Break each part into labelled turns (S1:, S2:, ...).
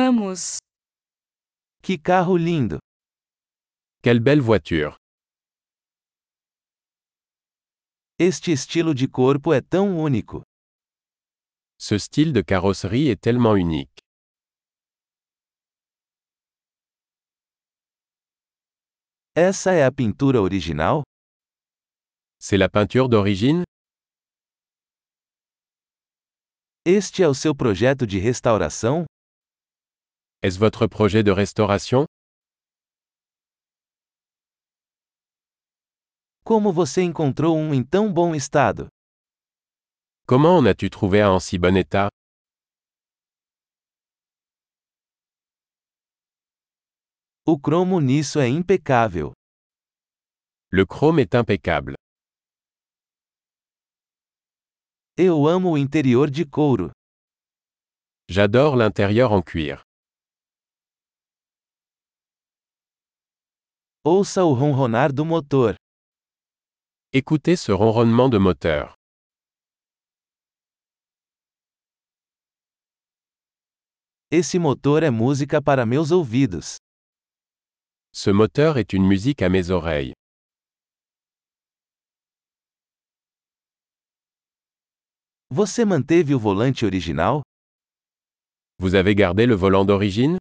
S1: Vamos!
S2: Que carro lindo!
S3: Quelle belle voiture.
S2: Este estilo de corpo é tão único.
S3: Ce style de carrosserie est tellement unique.
S2: Essa é a pintura original?
S3: C'est la peinture d'origine?
S2: Este é o seu projeto de restauração?
S3: Est-ce votre projet de restauration?
S2: Como você encontrou um em tão bom estado?
S3: Comment en as-tu trouvé un en si bon état?
S2: O cromo nisso é impecável.
S3: Le chrome est impeccable.
S2: Eu amo o interior de couro.
S3: J'adore l'intérieur en cuir.
S2: Ouça o ronronar do motor.
S3: Écoutez ce ronronnement de moteur.
S2: Esse motor é música para meus ouvidos.
S3: Ce moteur est une musique à mes oreilles.
S2: Você manteve o volante original?
S3: Vous avez gardé le volant d'origine?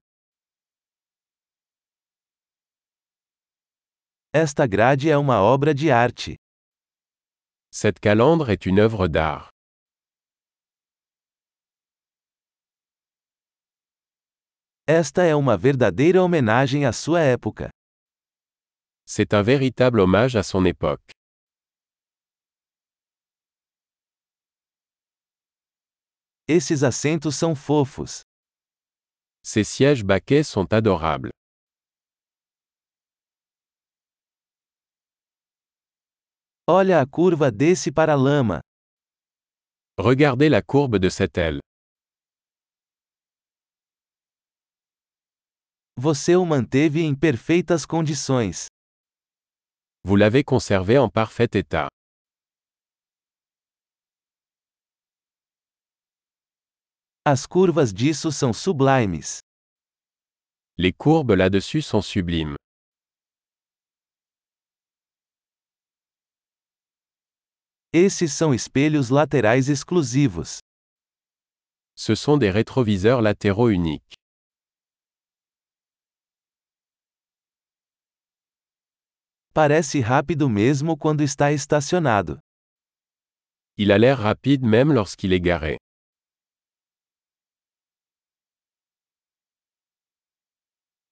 S2: Esta grade é uma obra de arte.
S3: Cette calandre est une œuvre d'art.
S2: Esta é uma verdadeira homenagem à sua época.
S3: C'est un véritable hommage à son époque.
S2: Esses assentos são fofos.
S3: Ces sièges baquets sont adorables.
S2: Olha a curva desse paralama.
S3: Regardez la courbe de cette aile.
S2: Você o manteve em perfeitas condições.
S3: Vous l'avez conservé en parfait état.
S2: As curvas disso são sublimes.
S3: Les courbes là-dessus sont sublimes.
S2: Esses são espelhos laterais exclusivos.
S3: Ce sont des rétroviseurs latéraux uniques.
S2: Parece rápido mesmo quando está estacionado.
S3: Il a l'air rapide même lorsqu'il est garé.